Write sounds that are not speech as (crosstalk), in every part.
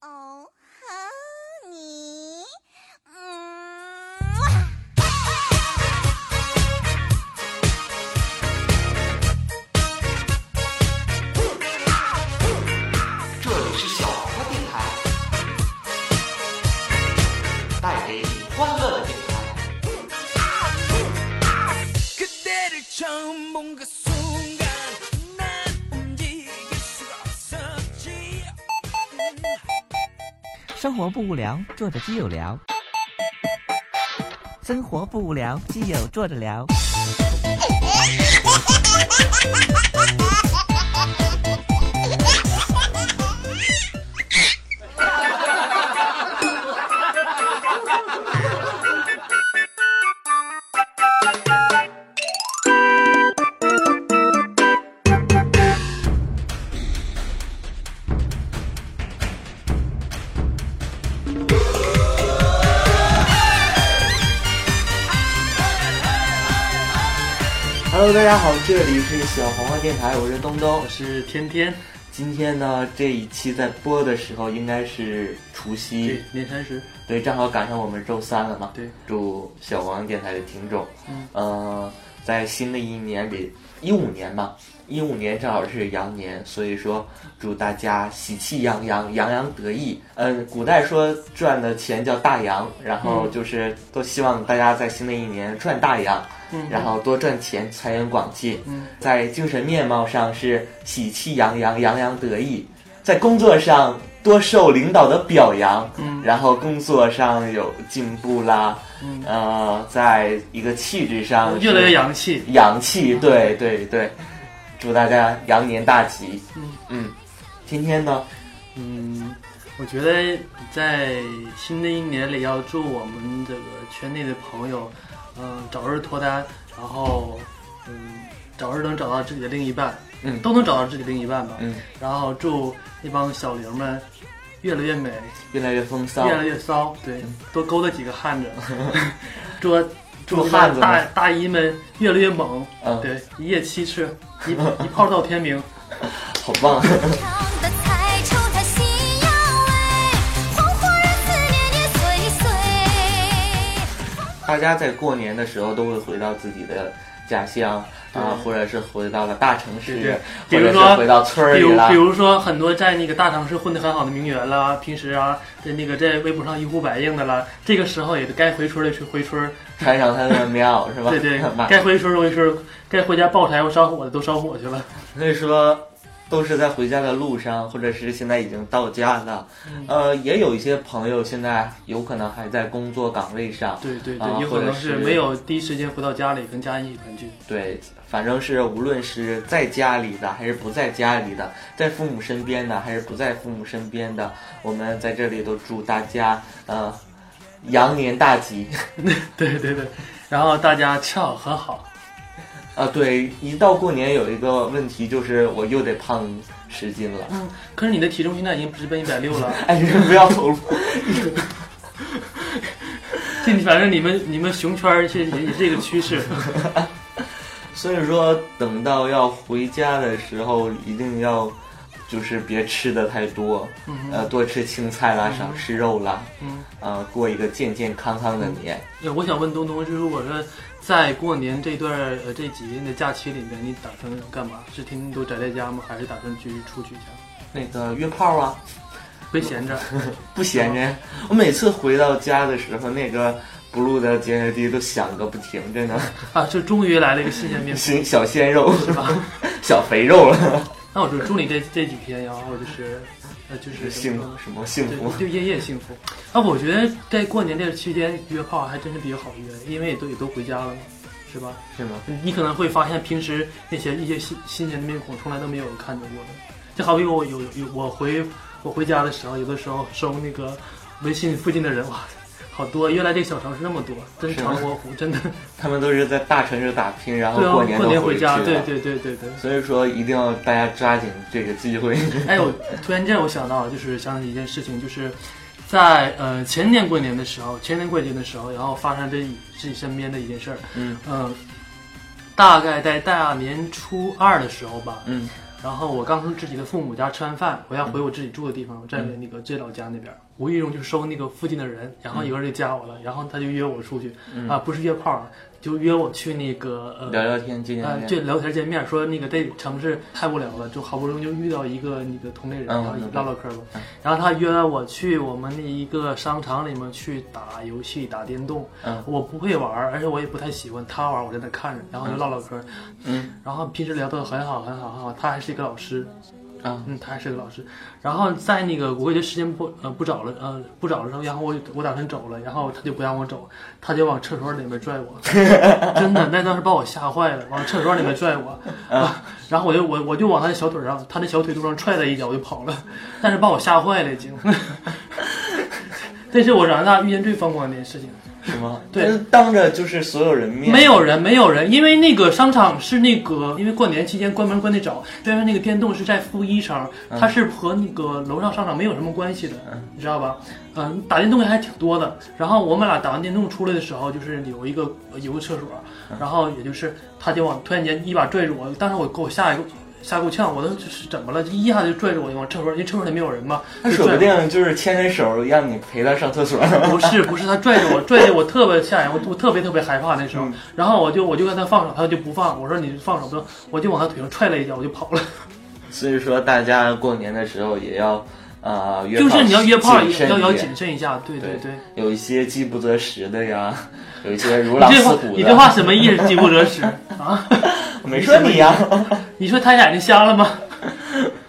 哦，和你， (laughs) 嗯。这里是小花电台，带给你欢乐的电台。 그대를 처음 본 그 순간 난 움직일 수가 없었지 生活不无聊，坐着基友聊。生活不无聊，基友坐着聊。 Hello，大家好，这里是小黄花电台，我是东东，我是天天。今天呢，这一期在播的时候应该是除夕对，，年三十，对，正好赶上我们周三了嘛。对，祝小黄电台的听众，嗯、呃，在新的一年里，一五年嘛，一五年正好是羊年，所以说祝大家喜气洋洋，洋洋得意。嗯，古代说赚的钱叫大洋，然后就是都希望大家在新的一年赚大洋。然后多赚钱，财源广进。嗯，在精神面貌上是喜气洋洋、洋洋得意，在工作上多受领导的表扬，嗯然后工作上有进步啦，嗯呃，在一个气质上越来越洋气。洋气，对对对，祝大家羊年大吉。嗯嗯，今天呢，嗯，我觉得在新的一年里，要祝我们这个圈内的朋友，嗯、早日脱单，然后嗯，早日能找到自己的另一半，嗯都能找到自己的另一半吧。嗯，然后祝那帮小玲们越来越美，越来越风骚嗯越，来越骚，对，多勾搭几个 (laughs) 汉子，祝祝汉子大们大姨们越来越猛，嗯对，一夜七次，一一炮到天明。好棒！ (laughs) 尝得菜，尝它西洋味，哎黄花日子年年岁岁。大家在过年的时候都会回到自己的家乡啊，或者是回到了大城市，比或者如是说回到村儿比里如了比。如说很多在那个大城市混得很好的名媛啦，平时啊在那个在微博上一呼百应的啦，这个时候也该回村儿的去回村儿，穿上他的棉 (laughs) 袄是吧？对 (laughs) 对妈，该回村儿回村儿，该回家抱柴火烧火的都烧火去了。所以说都是在回家的路上，或者是现在已经到家了。嗯呃，也有一些朋友现在有可能还在工作岗位上，对对啊对，有可或能者是是没有第一时间回到家里跟家一起团聚。 (laughs) 对，反正是无论是在家里的还是不在家里的，在父母身边的还是不在父母身边的，我们在这里都祝大家呃羊年大吉。 (laughs) 对对对，然后大家恰好和好。啊，对，一到过年有一个问题就是我又得胖十斤了。嗯，可是你的体重现在已经直奔一百六了， (laughs) 哎，你不要投入，这反正你们你们熊圈儿是也也是一个趋势。所以说等到要回家的时候，一定要就是别吃的太多，呃，多吃青菜啦，少吃肉啦，嗯，啊、过一个健健康康的年。对，我想问东东，就是如果说在过年这段儿呃这几天的假期里面，你打算干嘛？是天天都宅在家吗？还是打算去出去一下？那个约炮啊，别闲着，不闲着。我每次回到家的时候，那个 blue 的结合机都响个不停，真的， (laughs) (laughs) 啊，就终于来了一个新鲜面孔。是小鲜肉 (laughs) 是吧？小肥肉了，那我就祝你这这几天，然后就是，呃，就是幸怎么什么幸说呢福？对，就夜夜幸福。啊，我觉得在过年这期间约炮还真是比较好约，因为也都也都回家了嘛，是吧？是吗？你可能会发现平时那些一些新新鲜的面孔从来都没有看见过的，就好比我有有我回我回家的时候，有的时候收那个微信附近的人，哇，好多！原来这个小城市那么多，真是是吗长国湖，真的。他们都是在大城市打拼，然后 (laughs) 对啊，过过年都回去啊家，了对对对对对。所以说，一定要大家抓紧这个机会。哎，我突然间我想到，就是想起一件事情，就是在呃前年过年的时候，前年过年的时候，然后发生这自己身边的一件事儿， (laughs) 呃嗯嗯、大概在大年初二的时候吧，嗯然后我刚从自己的父母家吃完饭，我要回我自己住的地方，我在那个自己老家那边，无意中就收那个附近的人，然后有人就加我了，然后他就约我出去，啊，不是约炮，就约我去那个呃聊聊天，见见啊，面。就聊天见面，说那个在城市太无聊了，就好不容易就遇到一个那个同类人，嗯然后嗯唠唠嗑吧。然后他约我去我们的一个商场里面去打游戏、打电动。嗯我不会玩儿，而且我也不太喜欢他玩儿，我在那看着，然后就唠唠嗑。嗯，然后平时聊得很好，很好，很好。他还是一个老师，啊，嗯，他还是个老师。然后在那个我觉得时间不呃不早了，呃不早了之后，然后我我打算走了，然后他就不让我走，他就往厕所里面拽我， (laughs) 真的那当时把我吓坏了，往厕所里面拽我，啊、 (laughs) 然后我就我我就往他的小腿上，他的小腿肚上踹了一脚，我就跑了，但是把我吓坏了已经。 (laughs) 这是我长大遇见最疯狂的一件事情。是吗？对，当着就是所有人面，没有人，没有人，因为那个商场是那个，因为过年期间关门关得早，但是那个电动是在负一层，嗯它是和那个楼上商场没有什么关系的，你知道吧？嗯、打电动还挺多的。然后我们俩打完电动出来的时候，就是有一个有个厕所，嗯然后也就是他就往突然间一把拽住我，当时我给我吓一个。吓够呛，我都这是怎么了？一下就拽着我就往厕所，因为厕所里没有人嘛，他就说拽不着定就是牵着手让你陪他上厕所。 (laughs) 不是不是，他拽着我，拽着我特别吓人，我我特别特别害怕那时候。嗯然后我就我就让他放手，他就不放。我说你放手不？我就往他腿上踹了一脚，我就跑了。所以说，大家过年的时候也要，呃，约就是你要约炮谨也慎要一要点谨慎一下，对对对对。有一些饥不择食的呀，有一些如你狼这似话虎的。你这话什么意思？饥不择食啊！ (laughs) 我没说你呀。你说他眼睛瞎了吗？ (laughs)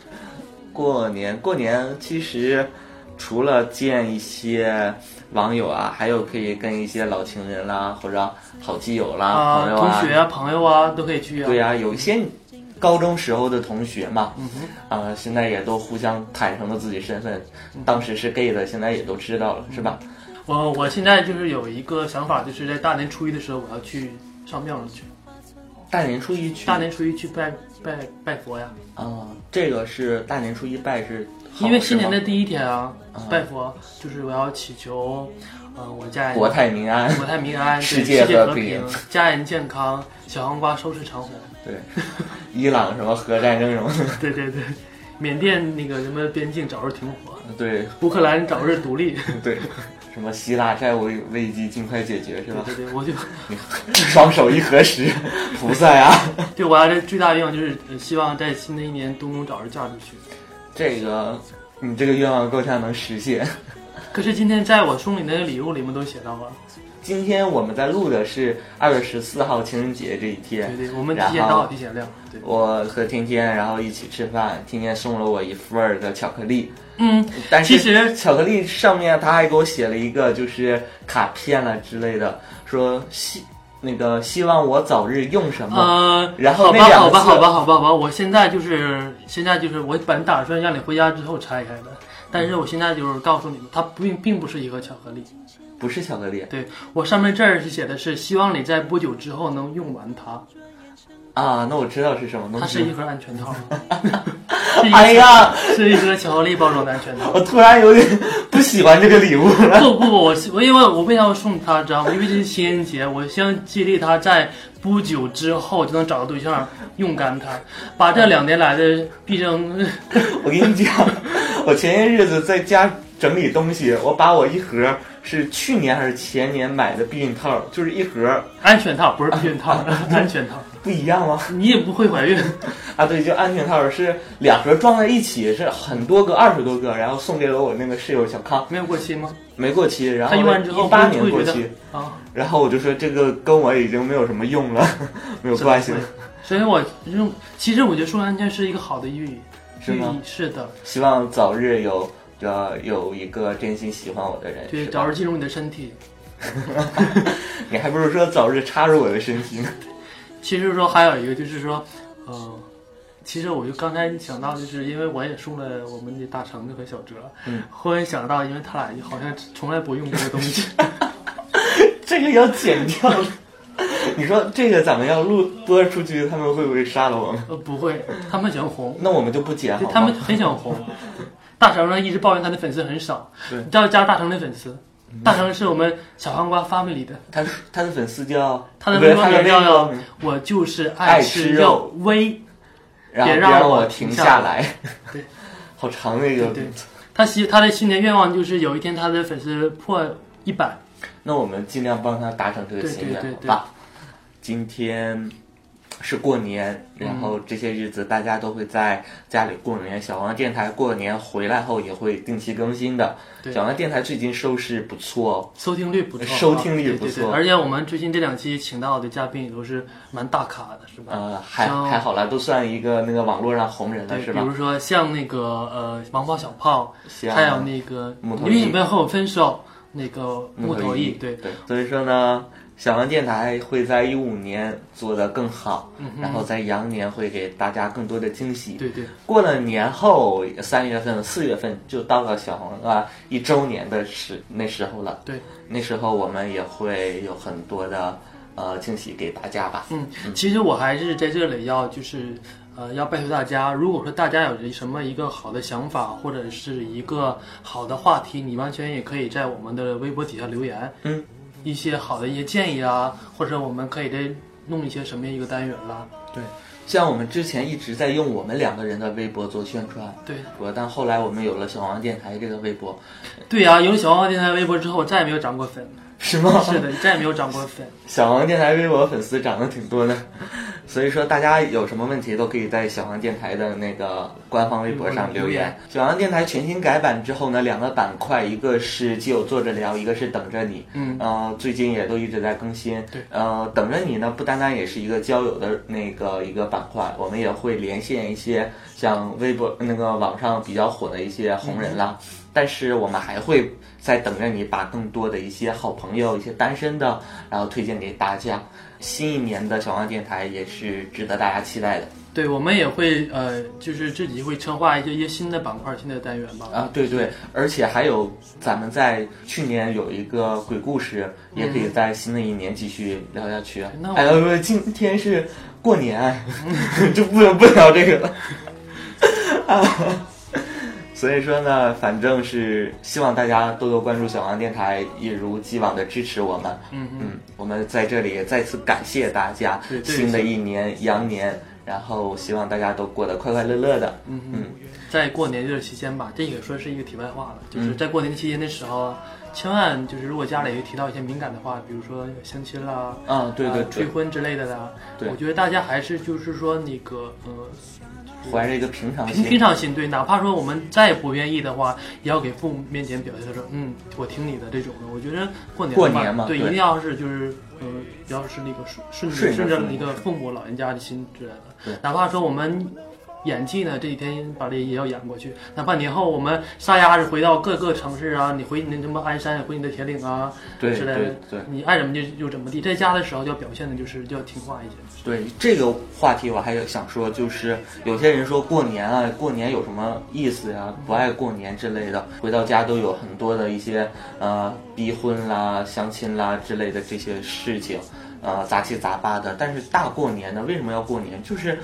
过年，过年其实除了见一些网友啊，还有可以跟一些老情人啦，或者好基友啦、啊，朋友啊，同学啊，朋友啊，都可以去啊。对呀、有一些高中时候的同学嘛，嗯啊、现在也都互相坦诚了自己身份，当时是 gay 的，现在也都知道了，是嗯吧？我我现在就是有一个想法，就是在大年初一的时候，我要去上庙上去。大年初一去，大年初一去拜拜拜佛呀，啊、这个是大年初一拜是好，因为新年是的吗嗯第一天啊，拜佛就是我要祈求，呃，我家人国泰民安，国泰民安，对世世界界和和平平，家人健康，小黄瓜收视长虹。对，伊朗什么核战争什么的， (laughs) 对对对，缅甸那个什么边境早日停火，对乌克兰早日独立。 (laughs) 对，什么希腊债务危机尽快解决是吧对？对对，我就双手一合十，啊菩萨呀、对我家这最大的愿望就是呃希望在新的一年东东早日嫁出去。这个你这个愿望够呛能实现。可是今天在我送你那个礼物里面都写到了，今天我们在录的是二月十四号情人节这一天，对对，我们提然前到后提前亮。对，我和天天然后一起吃饭，天天送了我一份儿的巧克力，嗯，但是其实巧克力上面他还给我写了一个就是卡片了之类的，说希那个希望我早日用什么，呃，然后好吧那，两好吧，次好吧，好吧，好吧，我现在就是现在就是我本打算让你回家之后拆开的，但是我现在就是告诉你们，它不并并不是一个巧克力。不是巧克力对我上面这儿是写的是希望你在不久之后能用完它，啊，那我知道是什么东它是一西。盒安全套，是一哎个呀，是一盒巧克力包装的安全套。 (laughs) 我突然有点不喜欢这个礼物了。 (laughs) 不不不，我我因为我为啥要送他，知道吗？因为这是情人节，我希望激励他在不久之后就能找到对象，用干它，把这两年来的毕生我跟你讲， (laughs) 我前些日子在家整理东西，我把我一盒是去年还是前年买的避孕套，就是一盒安全套不是避孕 (laughs) 套，安全套。不一样啊吗？你也不会怀孕，啊，对，就安全套是两盒装在一起，是很多个，二十多个，然后送给了我那个室友小康，没有过期吗？没过期，然他后用完之后一八会年会过觉得期，啊，然后我就说这个跟我已经没有什么用了， (laughs) 没有是的关系了会，所以我用，其实我觉得送安全是一个好的寓意，是寓吗意是的，希望早日有呃有一个真心喜欢我的人，对，是早吧日进入你的身体。你还不如说早日插入我的身体呢。 (laughs) 其实说还有一个就是说，呃，其实我就刚才想到，就是因为我也送了我们的大橙子和小哲，嗯忽然想到，因为他俩好像从来不用这个东 (laughs) 西，这个要剪掉。 (laughs) 你说这个咱们要录播出去，他们会不会杀了我们？呃，不会，他们想红，那我们就不剪好对吗？他们很想红。大成呢一直抱怨他的粉丝很少，对嗯你知道加大成的粉丝，大成是我们小黄瓜 family 的，他他的粉丝叫他的不是微博他的名微叫博叫名“我就是爱爱吃吃肉肉”，微然后别别让让我停停下来。 (laughs) 对， (laughs) 好长那个。对他新他的新年愿望就是有一天他的粉丝破一百，那我们尽量帮他达成这个心愿，对对好对对吧？今天是过年，然后这些日子大家都会在家里过年。小王电台过年回来后也会定期更新的。对小王电台最近收视不错哦，收听率不错，收听率不错啊对对对而且我们最近这两期请到的嘉宾也都是蛮大咖的，是吧？呃，还像还好啦，都算一个那个网络上红人了，对，是比吧如？说像那个呃王炮小炮，像还有那个木头因为毅你们和我分手那个木头毅毅，对对，所以说呢，小王电台会在一五年做得更好，然后在羊年会给大家更多的惊喜。嗯对对，过了年后，三月份、四月份就到了小红啊一周年的时那时候了。对，那时候我们也会有很多的呃惊喜给大家吧。嗯，其实我还是在这里要就是，呃，要拜托大家，如果说大家有什么一个好的想法或者是一个好的话题，你完全也可以在我们的微博底下留言，嗯，一些好的一些建议啊，或者我们可以再弄一些什么一个单元啦，对，像我们之前一直在用我们两个人的微博做宣传。对我但后来我们有了小王电台这个微博，对呀、有了小黄花电台微博之后，我再也没有涨过粉，是吗？是的，再也没有涨过粉，小王电台微博粉丝涨得挺多的，所以说大家有什么问题都可以在小王电台的那个官方微博上留留言言。小王电台全新改版之后呢，两个板块，一个是基友坐着聊，一个是等着你。嗯呃，最近也都一直在更新。对呃，等着你呢，不单单也是一个交友的那个一个板块，我们也会连线一些像微博那个网上比较火的一些红人啦。但是我们还会在等着你把更多的一些好朋友、一些单身的，然后推荐给大家。新一年的小王电台也是值得大家期待的对，我们也会呃，就是自己会策划一些一些新的板块、新的单元吧，啊！对对，而且还有咱们在去年有一个鬼故事，也可以在新的一年继续聊下去。嗯那我还有说今天是过年， (laughs) 就不不聊这个了。 (laughs) 啊 (laughs) 所以说呢，反正是希望大家多多关注小王电台，一如既往的支持我们。嗯嗯。嗯，我们在这里也再次感谢大家对，对新的一年羊年，然后希望大家都过得快快乐乐的。嗯在过年这个期间吧，这也说是一个题外话了，嗯就是在过年期间的时候，千万就是如果家里提到一些敏感的话，比如说相亲啦，啊，对对啊对催，婚之类的啦，对我觉得大家还是就是说那个呃，怀着一个平常平平心。常心，对，哪怕说我们再不愿意的话，也要给父母面前表现说，嗯，我听你的这种的。我觉得过年的话过年嘛对，一对定要是就是呃，要是那个顺顺顺着顺着父母那个父母老人家的心之类的，对哪怕说我们。演技呢，这几天把这也要演过去。哪怕年后我们撒丫子回到各个城市啊，你回你的什么鞍山，回你的铁岭啊对之类对的，对你爱怎么地就就怎么地。在家的时候就要表现的就是就要听话一些。对这个话题，我还有想说，就是有些人说过年啊，过年有什么意思呀、不爱过年之类的，回到家都有很多的一些呃逼婚啦、相亲啦之类的这些事情，呃杂七杂八的。但是大过年呢，为什么要过年？就是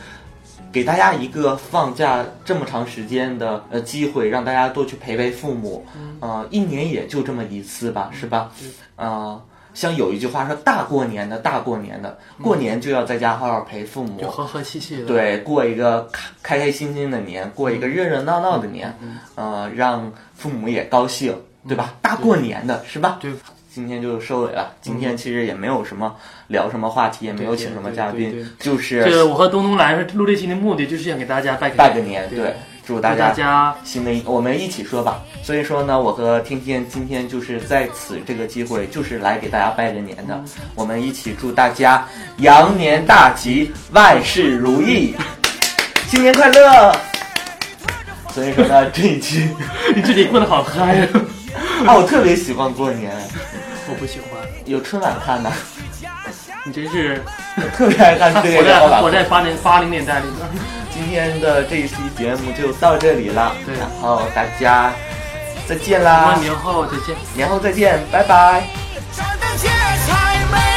给大家一个放假这么长时间的呃机会，让大家多去陪陪父母，嗯呃，一年也就这么一次吧，是吧？啊，像有一句话说大过年的大过年的，过年就要在家好好陪父母，嗯就和和气气的。对，过一个开开开心心的年，过一个热热闹闹的年，嗯呃，让父母也高兴，对吧？大过年的是吧？对，嗯今天就收尾了。今天其实也没有什么聊什么话题，也没有对请什么对嘉对对宾，就这个是我和东东来录这期的目的就是想给大家拜个拜个年，对，对，祝祝大家 (laughs) 新的一，我们一起说吧。所以说呢，我和天天今天就是在此这个机会，就是来给大家拜个年的。我们一起祝大家羊年大吉，万事如意，新年快乐！所以说呢，这一期你自己过得好 (laughs) 嗨啊！啊，我特别喜欢过年，我不喜欢，有春晚看呢，你真 (laughs) 是特别爱看活这个在摇摆活在八零八零年代里面。今天的这一期节目就到这里了，对然后大家再见我啦啊们，年后再见。年后再见，拜拜。长大起来才美。